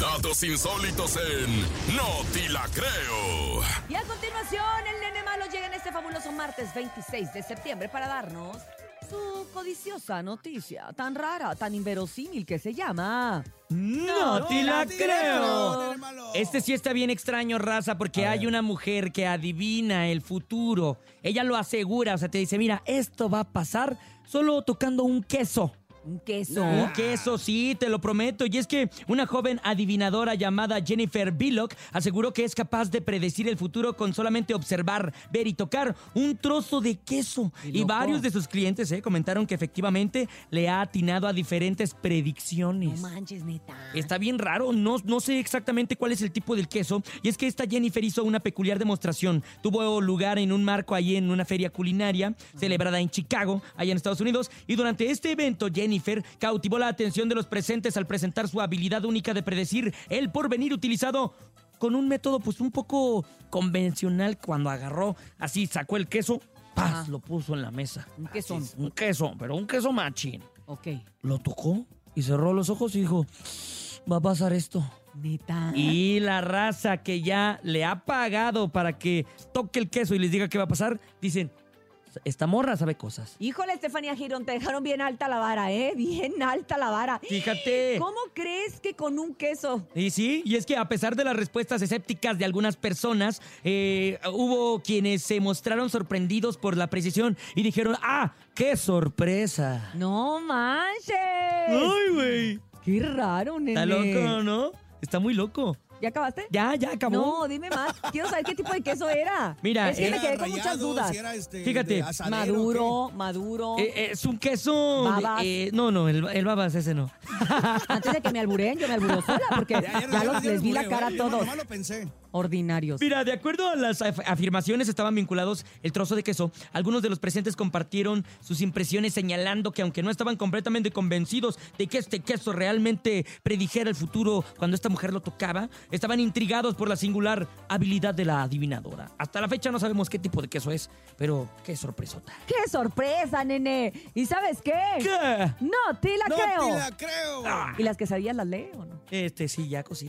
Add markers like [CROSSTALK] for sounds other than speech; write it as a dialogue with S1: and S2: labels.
S1: Datos insólitos en No Te La Creo.
S2: Y a continuación, el nene malo llega en este fabuloso martes 26 de septiembre para darnos su codiciosa noticia, tan rara, tan inverosímil que se llama.
S3: No,
S2: No,
S3: te
S2: no
S3: la
S2: te la
S3: creo.
S2: creo,
S3: Este sí está bien extraño, raza, porque hay una mujer que adivina el futuro. Ella lo asegura, o sea, te dice, mira, esto va a pasar solo tocando un queso.
S2: Un queso.
S3: Un queso, sí, te lo prometo. Y es que una joven adivinadora llamada Jennifer Billock aseguró que es capaz de predecir el futuro con solamente observar, ver y tocar un trozo de queso.
S2: Qué
S3: Y
S2: loco.
S3: varios de sus clientes eh, comentaron que efectivamente le ha atinado a diferentes
S2: No
S3: predicciones.
S2: manches, neta.
S3: Está bien raro, no, no sé exactamente cuál es el tipo del queso. Y es que esta Jennifer hizo una peculiar demostración. Tuvo lugar en un marco ahí en una feria culinaria celebrada en Chicago, allá en Estados Unidos. Y durante este evento, Jennifer cautivó la atención de los presentes al presentar su habilidad única de predecir el porvenir utilizado con un método pues un poco convencional cuando agarró así, sacó el queso, ¡paz!
S2: Ajá.
S3: lo puso en la mesa.
S2: Un queso.
S3: Así, Un queso, pero un queso machín
S2: Ok.
S3: lo tocó y cerró los ojos y dijo, va a pasar esto.
S2: Neta.
S3: Y la raza que ya le ha pagado para que toque el queso y les diga qué va a pasar, dicen, esta morra sabe cosas.
S2: Híjole, Estefanía Girón, te dejaron bien alta la vara, ¿eh? Bien alta la vara.
S3: Fíjate.
S2: ¿Cómo crees que con un queso?
S3: Y sí, y es que a pesar de las respuestas escépticas de algunas personas, eh, hubo quienes se mostraron sorprendidos por la precisión y dijeron, ah, qué sorpresa.
S2: No manches.
S3: güey.
S2: Qué raro, nene.
S3: Está loco, ¿no? Está muy loco.
S2: ¿Ya acabaste?
S3: Ya, ya acabó.
S2: No, dime más. Quiero saber qué tipo de queso era.
S3: Mira, eh,
S2: es que me
S3: era
S2: quedé con muchas
S4: rallado,
S2: dudas.
S4: si era, este,
S3: Fíjate,
S4: de asadero,
S2: maduro, maduro.
S3: Eh, eh, es un queso.
S2: Babas.
S3: de- eh, no, no, el, el babas, ese no.
S2: Antes de que me alburen, yo me alburó sola porque
S4: ¿o [LAUGHS]
S2: ya,
S4: qué? no-
S2: los-
S4: no
S2: les vi la
S4: murió,
S2: cara a
S4: ¿eh?
S2: todos.
S4: Nomás lo pensé.
S2: Ordinarios.
S3: Mira, de acuerdo a las af- afirmaciones estaban vinculados el trozo de queso. Algunos de los presentes compartieron sus impresiones señalando que aunque no estaban completamente convencidos de que este queso realmente predijera el futuro cuando esta mujer lo tocaba, estaban intrigados por la singular habilidad de la adivinadora. Hasta la fecha no sabemos qué tipo de queso es, pero qué sorpresota.
S2: ¡Qué sorpresa, nene! ¿Y sabes qué?
S3: ¿Qué?
S2: No, te la
S4: No
S2: creo.
S4: te la creo.
S2: ¿Y las quesadillas las leo o no?
S3: Este sí, ya cosí.